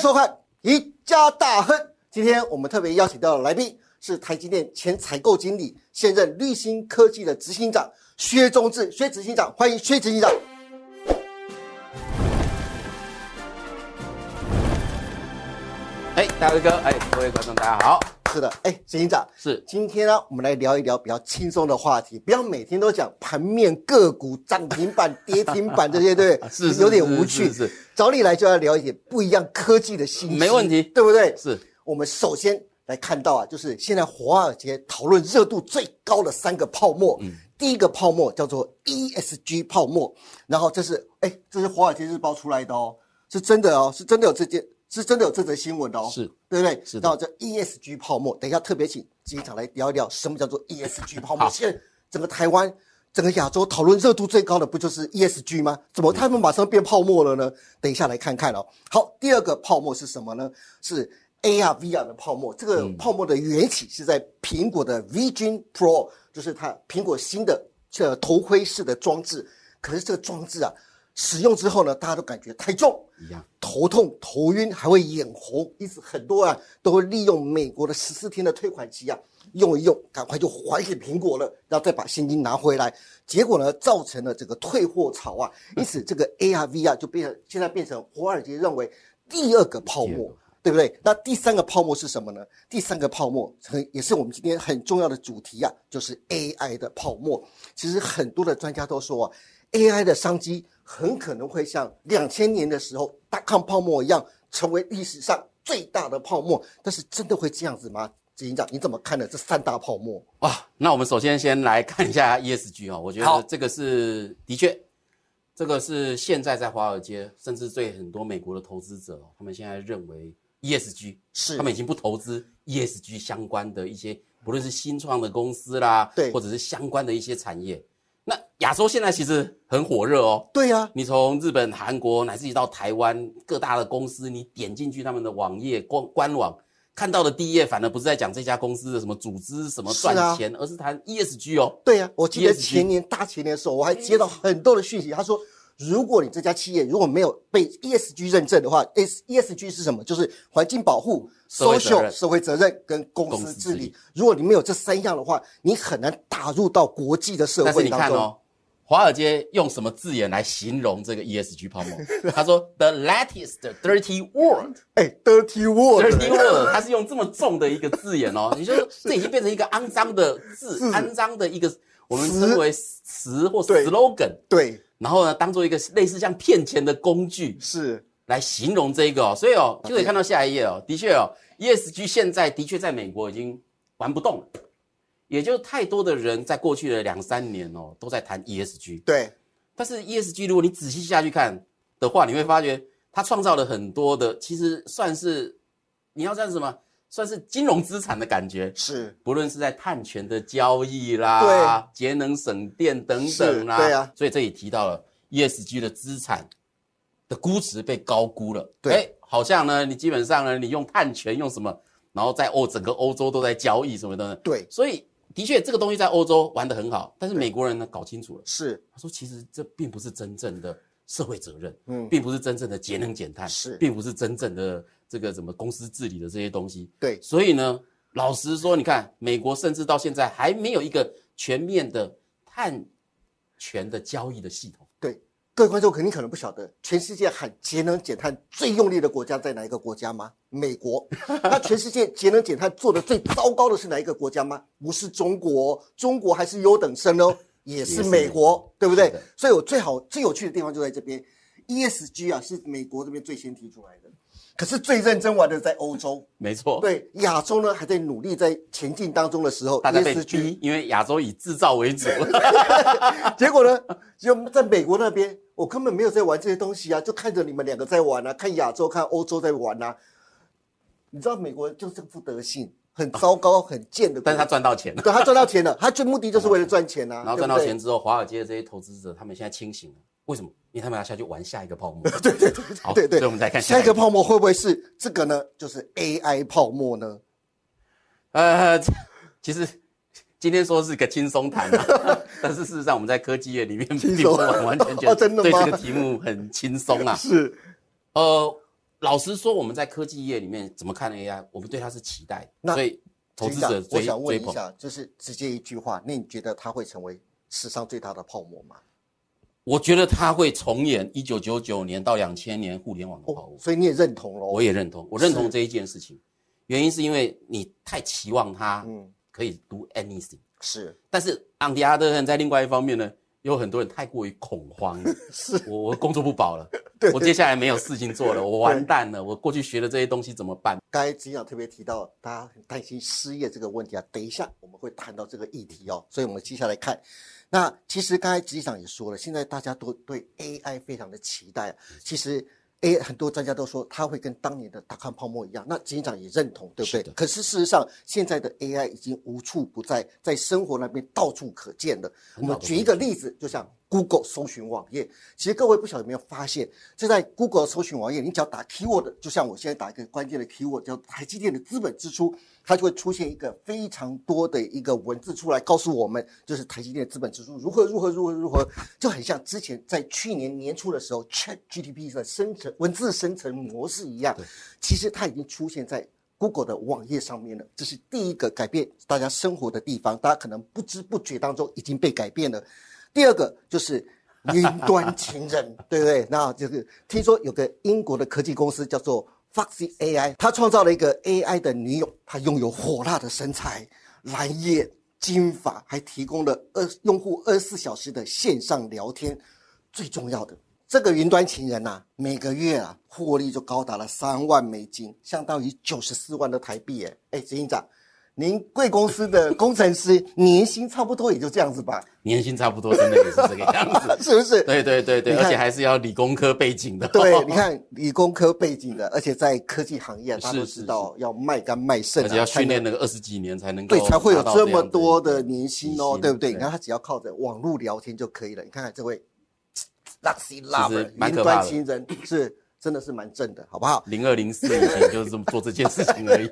收看《一家大亨》。今天我们特别邀请到的来宾是台积电前采购经理，现任绿芯科技的执行长薛忠志，薛执行长，欢迎薛执行长。哎，大哥哥，哎，各位观众，大家好。是的，哎，执行长，是今天呢、我们来聊一聊比较轻松的话题，不要每天都讲盘面个股涨停板、跌停板这些，对不对？ 是是有点无趣。是是是找你来就要聊一点不一样科技的信息，没问题对不对？是我们首先来看到啊，就是现在华尔街讨论热度最高的三个泡沫，嗯第一个泡沫叫做 ESG 泡沫，然后这是哎，这是华尔街日报出来的哦，是真的哦，是真的有这件，是真的有这则新闻的哦，是对不对？是的然后这 ESG 泡沫，等一下特别请机场来聊一聊什么叫做 ESG 泡沫。好现在整个台湾、整个亚洲讨论热度最高的不就是 ESG 吗？怎么他们马上变泡沫了呢？等一下来看看哦。好，第二个泡沫是什么呢？是 AR VR 的泡沫。这个嗯泡沫的缘起是在苹果的 Vision Pro，就是它苹果新的这头盔式的装置。可是这个装置啊，使用之后呢，大家都感觉太重，一样头痛、头晕，还会眼红，因此很多啊都会利用美国的十四天的退款期啊，用一用，赶快就还给苹果了，然后再把现金拿回来。结果呢，造成了这个退货潮啊，因此这个 ARV 啊就变成现在变成华尔街认为第二个泡第二沫个。对不对？那第三个泡沫是什么呢？第三个泡沫很也是我们今天很重要的主题啊，就是 AI 的泡沫。其实很多的专家都说啊，AI 的商机很可能会像两千年的时候大康泡沫一样，成为历史上最大的泡沫。但是真的会这样子吗？执行长，你怎么看呢？这三大泡沫？哇，那我们首先先来看一下 ESG 哦，我觉好得这个是的确，这个是现在在华尔街，甚至对很多美国的投资者哦，他们现在认为 ESG 是他们已经不投资 ESG 相关的一些，不论是新创的公司啦，对或者是相关的一些产业。那亚洲现在其实很火热哦，对呀、啊，你从日本、韩国乃至于到台湾各大的公司，你点进去他们的网页官官网，看到的第一页反而不是在讲这家公司的什么组织、什么赚钱，而是谈 ESG 哦。啊对呀、啊我记得 ESG 前年大前年的时候，我还接到很多的讯息，他说，如果你这家企业如果没有被 ESG 认证的话，S E ESG 是什么？就是环境保护、社会责 social 任社会责任跟公公司司治治理理。如果你没有这三样的话，你很难打入到国际的社但是会你当看中。哦，华尔街用什么字眼来形容这个 ESG 泡沫？ 他说 The latest dirty word。哎，dirty dirty word， word，它是用这么重的一个字眼哦，你就这已经变成一个肮脏的字，肮脏的一个我们词称为词或对 slogan，对，然后呢，当做一个类似像骗钱的工具是，来形容这个哦。所以哦，就可以看到下一页哦，的确哦，ESG 现在的确在美国已经玩不动了，也就太多的人在过去的两三年哦都在谈 ESG，对，但是 ESG 如果你仔细下去看的话，你会发觉它创造了很多的，其实算是你要算是什么，算是金融资产的感觉。是，不论是在碳权的交易啦，对，节能省电等等啦，是对啊所以这里提到了 ESG 的资产的估值被高估了，对哎好像呢，你基本上呢，你用碳权用什么，然后在欧整个欧洲都在交易什么的，对，所以的确这个东西在欧洲玩得很好，但是美国人呢搞清楚了，是，他说其实这并不是真正的社会责任，嗯并不是真正的节能减碳，是并不是真正的这个什么公司治理的这些东西，对，所以呢，老实说，你看美国甚至到现在还没有一个全面的碳权的交易的系统。对。各位观众肯定可能不晓得，全世界喊节能减碳最用力的国家在哪一个国家吗？美国。那全世界节能减碳做的最糟糕的是哪一个国家吗？不是中国哦，中国还是优等生哦，也是也是美美国国，对不对是的？所以我最好最有趣的地方就在这边，ESG 啊是美国这边最先提出来的，可是最认真玩的在欧洲。没错，，对，亚洲呢还在努力在前进当中的时候，E 大家被，ESG 逼，因为亚洲以制造 为主。结果呢，就在美国那边，我根本没有在玩这些东西啊，就看着你们两个在玩啊，看亚洲、看欧洲在玩啊。你知道美国人就是这副德性，很糟糕、很贱的国但家。是他赚到钱了，对他赚到钱了，他最目的就是为了赚钱啊， 然后赚到对不对钱。之后，华尔街的这些投资者他们现在清醒了，为什么？因为他们要下去玩下一个泡沫。对对对，好， 对对所以我们再看下一下个泡沫会不会是这个呢？就是 AI 泡沫呢？呃，这其实今天说是个轻松谈啊， 但是事实上我们在科技业里面轻并松不完完全哦全真的对吗啊 这个题目很轻松啊。是呃，老实说，我们在科技业里面怎么看 AI，我们对它是期待的，那所以投资者局长我追想追问一捧。下，就是直接一句话，那你觉得它会成为史上最大的泡沫吗？我觉得它会重演一九九九年到两千年互联网的泡哦沫，，所以你也认同喽我？也认同，我认同是这一件事情，原因是因为你太期望它嗯，可以 do anything。是但是 on the other hand，在另外一方面呢，有很多人太过于恐慌， 是，我我工作不保了，对我接下来没有事情做了，我完蛋了，我过去学的这些东西怎么办？刚才局长特别提到，大家很担心失业这个问题啊，等一下我们会谈到这个议题哦，所以我们接下来看。那其实刚才局长也说了，现在大家都 对 AI 非常的期待啊，其实 A 很多专家都说它会跟当年的打康泡沫一样，那警长也认同，对不对是的？可是事实上，现在的 AI 已经无处不在，在生活那边到处可见了。我很好们的举一个例子，就像 Google 搜寻网页，其实各位不晓得有没有发现，这在 Google 搜寻网页，你只要打 keyword，就像我现在打一个关键的 keyword 叫台积电的资本支出，它就会出现一个非常多的一个文字出来，告诉我们就是台积电的资本支出如何如何如何如何，就很像之前在去年年初的时候 Chat GTP 的生成文字生成模式一样对，其实它已经出现在 Google 的网页上面了，这是第一个改变大家生活的地方，大家可能不知不觉当中已经被改变了。第二个就是云端情人，对不对？那就是听说有个英国的科技公司叫做 Foxy AI，它创造了一个 AI 的女友，她拥有火辣的身材、蓝眼、金发，还提供了二用户二十四小时的线上聊天。最重要的，这个云端情人呐、每个月啊，获利就高达了三万美金，相当于九十四万的台币耶。哎，执行长，您贵公司的工程师年薪差不多也就这样子吧，年薪差不多，真的也是这个样子。 是不是？ 对对对对，你看而且还是要理工科背景的。对， 你看理工科背景的，而且在科技行业，大家都是是知道要卖肝卖肾、啊，而且要才训能练那个二十几年才能够对，才会有拿到这样么子一多个的年薪年哦，薪对不对？你看他只要靠着网络聊天就可以了。你看看这位 Luxy 是 Lover 蛮云可怕端的情人，是真的是蛮正的，好不好？零二零四以前就是这么做这件事情 而已。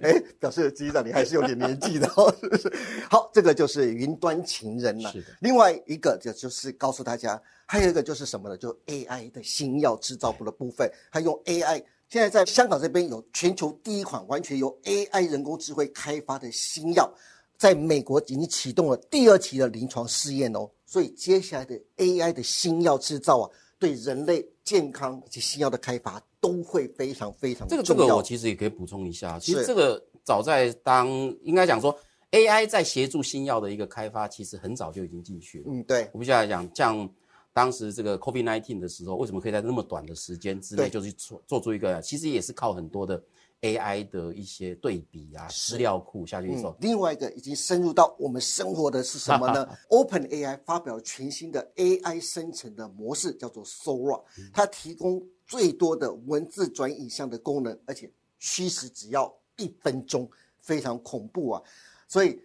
哎，表示机长你还是有点年纪的哦，是不是？好，这个就是云端情人了、是的另外一个就就是告诉大家，还有一个就是什么呢？就 AI 的新药制造部的部分，它用 AI。现在在香港这边有全球第一款完全由 AI 人工智慧开发的新药，在美国已经启动了第二期的临床试验哦。所以接下来的 AI 的新药制造啊，对人类健康以及新药的开发都会非常非常这个这重个要我。其实也可以补充一下，其是实这个早在当应该讲说 AI 在协助新药的一个开发，其实很早就已经进去了。嗯，对，我必须要讲，像当时这个 COVID-19 的时候，为什么可以在那么短的时间之对内就去做做出一个，其实也是靠很多的 AI 的一些对比啊、资料库下去嗯做。另外一个已经深入到我们生活的是什么呢？Open AI 发表了全新的 AI 生成的模式，叫做 Sora，它提供最多的文字转影像的功能，而且需时只要一分钟，非常恐怖啊！所以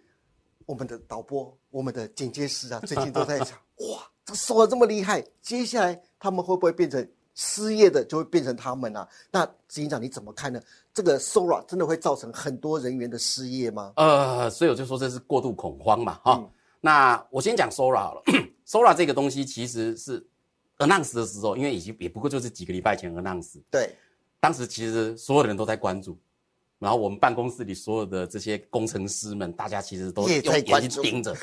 我们的导播、我们的剪接师啊， 最近都在想，哇，这 Sora 这么厉害，接下来他们会不会变成？失业的就会变成他们啊，那执行长你怎么看呢？这个 Sora 真的会造成很多人员的失业吗？呃，所以我就说这是过度恐慌嘛，嗯哈。那我先讲 Sora 好了 ，Sora 这个东西其实是 announce 的时候，因为已经也不过就是几个礼拜前 announce，对，当时其实所有的人都在关注，然后我们办公室里所有的这些工程师们，大家其实都也用在眼关睛注盯着，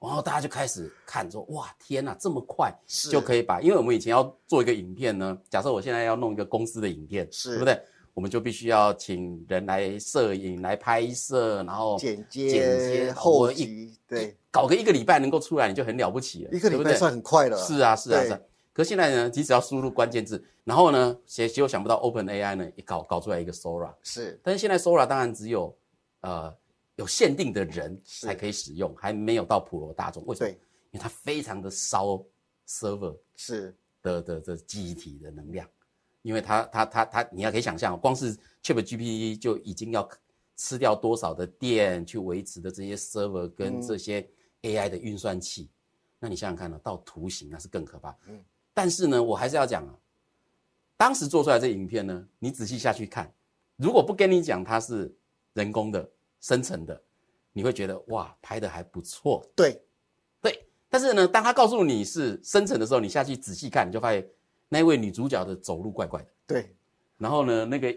然后大家就开始看说，哇，天啊呐，这么快是就可以把，因为我们以前要做一个影片呢，假设我现在要弄一个公司的影片，是对不对？我们就必须要请人来摄影、来拍摄，然后哦剪接、剪接后一期，对，搞个一个礼拜能够出来，你就很了不起了，一个礼对不拜对算很快了。是啊，是啊，对是啊。可现在呢，你只要输入关键字，然后呢，谁结果想不到 Open AI 呢，也搞搞出来一个 Sora，是但是现在 Sora 当然只有呃有限定的人是才可以使用，还没有到普罗大众。为什么？对因为它非常的烧 server 是的的的记忆体的能量，因为它它它它，你要可以想象哦，光是 Chat GPT 就已经要吃掉多少的电去维持的这些 server 跟这些 AI 的运算器，那你想想看呢、到图形那是更可怕。嗯但是呢，我还是要讲啊，当时做出来这影片呢，你仔细下去看，如果不跟你讲它是人工的生成的，你会觉得哇，拍的还不错，对，对，但是呢，当他告诉你是生成的时候，你下去仔细看，你就发现那位女主角的走路怪怪的，对，然后呢，那个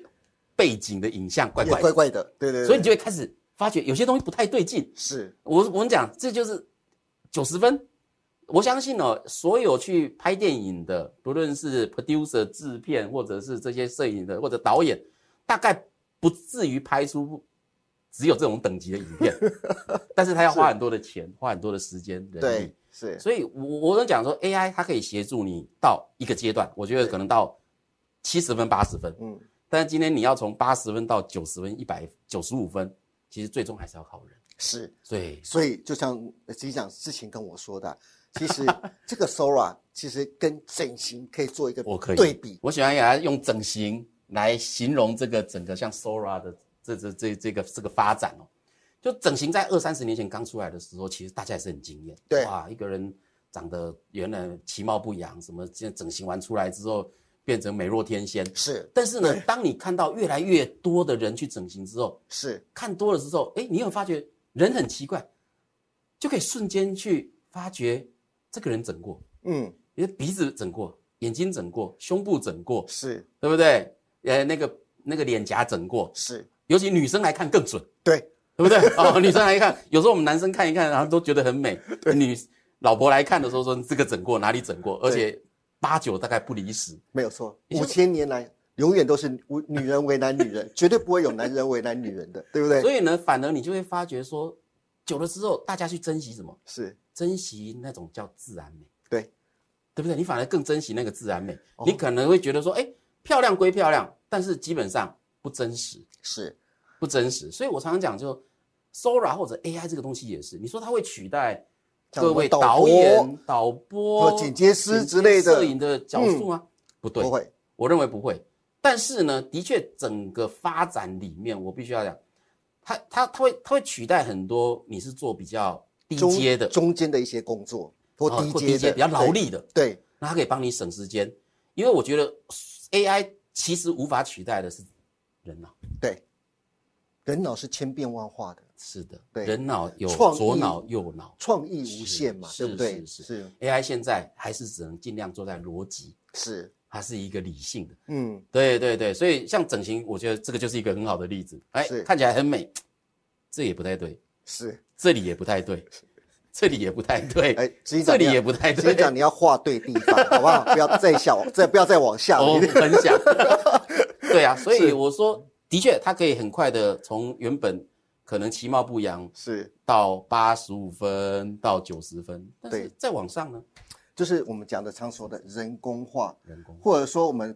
背景的影像怪也怪怪的，怪的，对对对，所以你就会开始发觉有些东西不太对劲。是我我们讲，这就是九十分。我相信哦，所有去拍电影的，不论是 producer 制片，或者是这些摄影的，或者导演，大概不至于拍出只有这种等级的 影片，但是他要花很多的钱，花很多的时间、人力对。是所以我我能讲说，AI 它可以协助你到一个阶段，我觉得可能到七十分、八十分，嗯，但是今天你要从八十分到九十分、一百九十五分，其实最终还是要靠人。是，对，所以就像机长之前跟我说的，其 实这个 Sora 其实跟整形可以做一个我可以对比，我喜欢给它用整形来形容这个整个像 Sora 的这这这这个这个发展哦。就整形在二三十年前刚出来的时候，其实大家也是很惊艳。对哇，一个人长得原来其貌不扬，什么现在整形完出来之后变成美若天仙。是但是呢，当你看到越来越多的人去整形之后，是看多了之后，哎，你有发觉人很奇怪，就可以瞬间去发觉这个人整过，嗯你的鼻子整过，眼睛整过，胸部整过，是对不对？呃，那个那个脸颊整过，是，尤其女生来看更准，对对不对？ 哦，女生来看，有时候我们男生看一看，然后都觉得很美。女老婆来看的时候说这个整过哪里整过，而且八九大概不离十。没有错，也五就是千年来永远都是女女人为难女人，绝对不会有男人为难女人的，对不对？所以呢，反而你就会发觉说，久了之后，大家去珍惜什么？是珍惜那种叫自然美，对对不对？你反而更珍惜那个自然美。哦你可能会觉得说，哎，漂亮归漂亮，但是基本上不真实。是不真实。所以我常常讲，就 Sora 或者 AI 这个东西也是，你说它会取代各位像我们导导播演、导播、和剪接师之类的嗯摄影的角度吗？不对不，会我认为不会。但是呢，的确整个发展里面，我必须要讲，它它它会它会取代很多你是做比较低中阶的中间的一些工作或啊低或阶的比较劳，力的，对对那它可以帮你省时间。因为我觉得 AI 其实无法取代的是人脑。对，人脑是千变万化的，是的，对人脑有创意左脑、右脑。创意无限嘛，是对不对？是是是 AI 现在还是只能尽量做在逻辑，是，它是一个理性的。嗯，对对对，所以像整形，我觉得这个就是一个很好的例子。哎是，看起来很美，这也不太对，是。这里也不太对，这里也不太对，哎，执行长这里你要也不太执行对长。你要画对地 方，好不好？不要再下，再不要再往下我了。很想，哦 对啊，所以是我说，的确，它可以很快的从原本可能其貌不扬 是，到八十五分到九十分，但是对再往上呢，就是我们讲的常说的人工化，人工或者说我们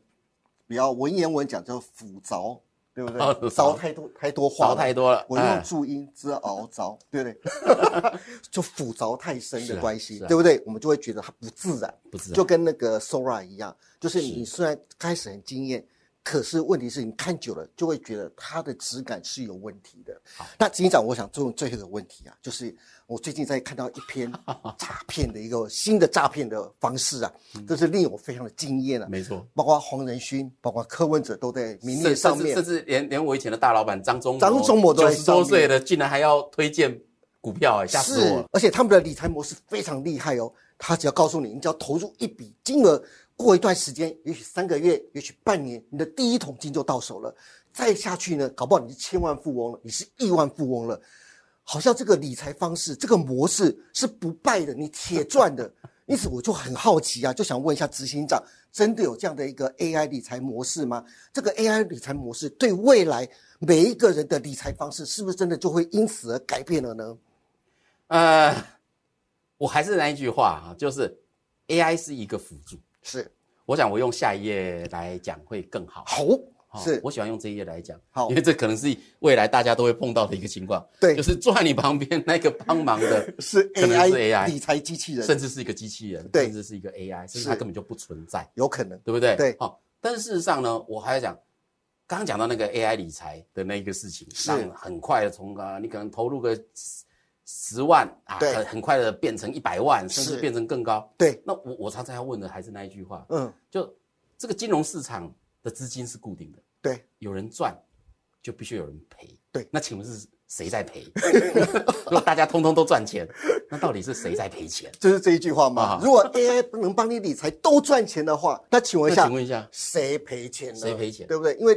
比较文言文讲叫复凿，对不哦对？凿太多太多话少了，太多了，我用哎注音之熬凿，对不对？ 就复凿太深是的啊关系，是啊啊对不对？我们就会觉得它不自然。不知道就跟那个 Sora 一样，就是你虽然开始很惊艳，可是问题是你看久了就会觉得它的质感是有问题的。那警长，我想问最后一个问题啊，就是我最近在看到一篇诈骗的一个新的诈骗的方式啊，嗯这是令我非常的惊艳啊。没错。包括黄仁勋，包括柯文哲都在名列甚上甚至面甚，至连连我以前的大老板张忠谋张忠谋都在九十多上面岁了，竟然还要推荐股票、哎，吓死我是了！，而且他们的理财模式非常厉害哦。他只要告诉你，你只要投入一笔金额，过一段时间，也许三个月，也许半年，你的第一桶金就到手了。再下去呢，搞不好你是千万富翁了，你是亿万富翁了。好像这个理财方式，这个模式是不败的，你铁赚 的。因此我就很好奇啊，就想问一下执行长，真的有这样的一个 AI 理财模式吗？这个 AI 理财模式对未来每一个人的理财方式，是不是真的就会因此而改变了呢？呃，我还是那一句话啊，就是 AI 是一个辅助。是，我想我用下一页来讲会更好。好，哦是我喜欢用这一页来讲，好因为这可能是未来大家都会碰到的一个情况，对，就是坐在你旁边那个帮忙的是可能是 AI AI 理财机器人，甚至是一个机器人，对甚至是一个 AI，甚至它是根本就不存在。有可能对不对？对好、但是事实上呢，我还要讲，刚刚讲到那个 AI 理财的那一个事情，是让很快的从啊，你可能投入个十十万啊，对很很快的变成一百万，甚至是变成更高。对，那我我常常要问的还是那一句话，嗯，就这个金融市场的资金是固定的，对，有人赚就必须有人赔。对那请问是谁在赔？ 如果大家通通都赚钱，那到底是谁在赔钱？就是这一句话嘛啊。如果 AI 能帮你理财都赚钱的 话，那请问一那下请，问一下，谁赔钱呢？谁赔钱对不对？因为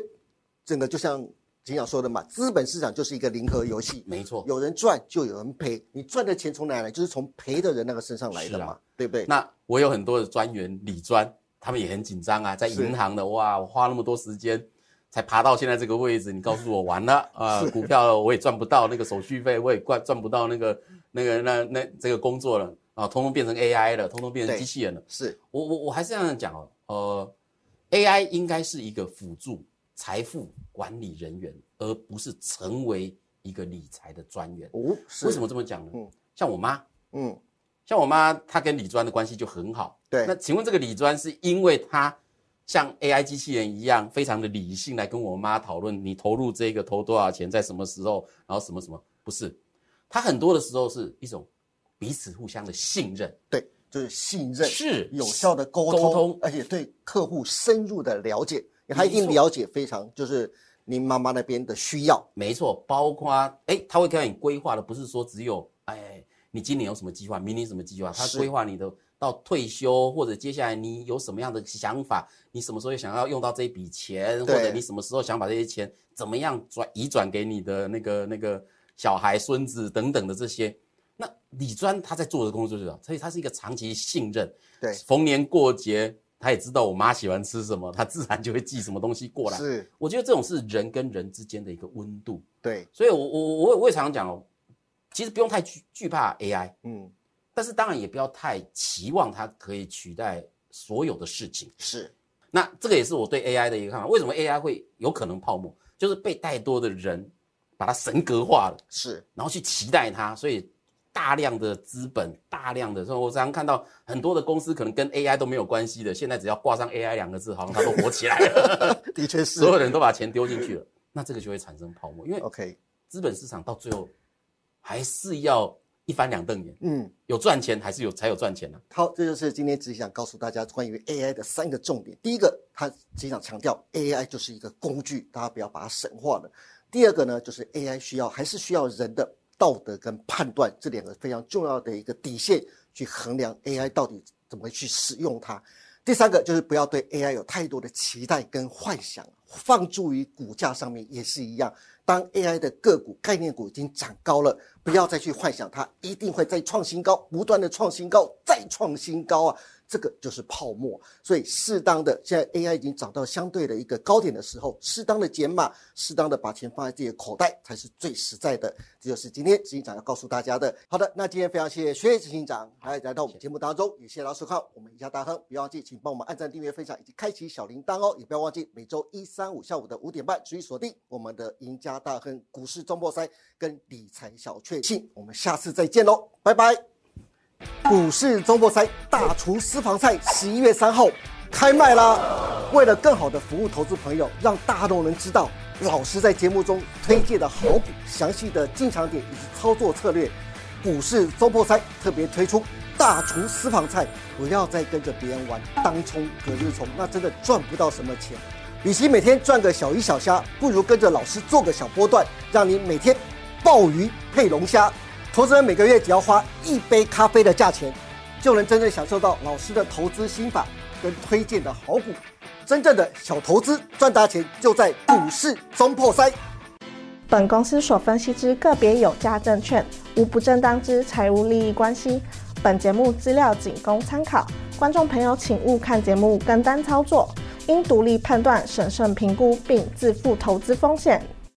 整个就像警长说的嘛，资本市场就是一个零和游戏，没错，有人赚就有人赔，你赚的钱从哪来？就是从赔的人那个身上来的是嘛啊，对不对？那我有很多的专员、理专，他们也很紧张啊，在是银行的哇，我花那么多时间才爬到现在这个位置，你告诉我完了啊、呃股票我也赚不到那个手续费，我也赚赚不到那个那个那那这个工作了啊，通通变成 AI 了，通通变成对机器人了。是我我我还是这样讲哦，呃，AI 应该是一个辅助财富管理人员，而不是成为一个理财的专员。哦，是为什？么这么讲呢？嗯像我妈，嗯，像我妈，她跟理专的关系就很好。对那请问这个理专是因为她像 AI 机器人一样，非常的理性来跟我妈讨论你投入这个投多少钱，在什么时候，然后什么什么？不是，她很多的时候是一种彼此互相的信任，对，就是信任，是有效的沟沟通通，而且对客户深入的了解，他一定没错了解非常就是您妈妈那边的需要，没错，包括哎，他会给你规划的，不是说只有哎，你今年有什么计划，明年有什么计划，他是规划你的到退休或者接下来你有什么样的想法，你什么时候想要用到这一笔钱，或对者你什么时候想把这些钱怎么样转移转给你的那个那个小孩、孙子等等的这些。那李专他在做的工作就是这样，所以他是一个长期信任，对，逢年过节他也知道我妈喜欢吃什么，他自然就会寄什么东西过来。是，我觉得这种是人跟人之间的一个温度。对，所以我我我我也常常讲哦，其实不用太惧惧怕 AI，嗯，但是当然也不要太期望它可以取代所有的事情。是，那这个也是我对 AI 的一个看法。为什么 AI 会有可能泡沫？就是被太多的人把它神格化了，是，然后去期待它，所以大量的资本、大量的，所以我常常看到很多的公司可能跟 AI 都没有关系的，现在只要挂上 AI 两个字，好像它都火起来了，的确是所有人都把钱丢进去了，那这个就会产生泡沫，因为，OK，资本市场到最后还是要一翻两瞪眼，嗯。有赚钱还是有才有赚钱呢、啊好，这就是今天只想告诉大家关于 AI 的三个重点。第一个，他只想强调 AI 就是一个工具，大家不要把它神化了。第二个呢，就是 AI 需要还是需要人的道德跟判断这两个非常重要的一个底线去衡量 AI 到底怎么去使用它。第三个就是不要对 AI 有太多的期待跟幻想，放诸于股价上面也是一样。当 AI 的个股概念股已经涨高了，不要再去幻想它一定会再创新高，不断的创新高，再创新高啊！这个就是泡沫。所以适当的，现在 AI 已经涨到相对的一个高点的时候，适当的减码，适当的把钱放在自己的口袋才是最实在的。这就是今天执行长要告诉大家的。好的，那今天非常谢谢薛执行长来来到我们节目当中，也谢谢大家收看我们一家大亨，不要忘记请帮我们按赞、订阅、分享以及开启小铃铛哦，也不要忘记每周一、三、五下午的五点半持续锁定我们的赢家大亨股市周末赛跟理财小确幸，我们下次再见喽，拜拜。股市周末赛大厨私房菜十一月三号开卖啦！为了更好的服务投资朋友，让大众能知道老师在节目中推介的好股、详细的进场点以及操作策略，股市周末赛特别推出大厨私房菜，不要再跟着别人玩当冲、隔日冲，那真的赚不到什么钱。与其每天赚个小鱼小虾，不如跟着老师做个小波段，让你每天鲍鱼配龙虾。投资人每个月只要花一杯咖啡的价钱，就能真正享受到老师的投资心法跟推荐的好股。真正的小投资赚大钱，就在股市中破塞。本公司所分析之个别有价证券，无不正当之财务利益关系。本节目资料仅供参考，观众朋友请勿看节目跟单操作，应独立判断、审慎评估并自负投资风险。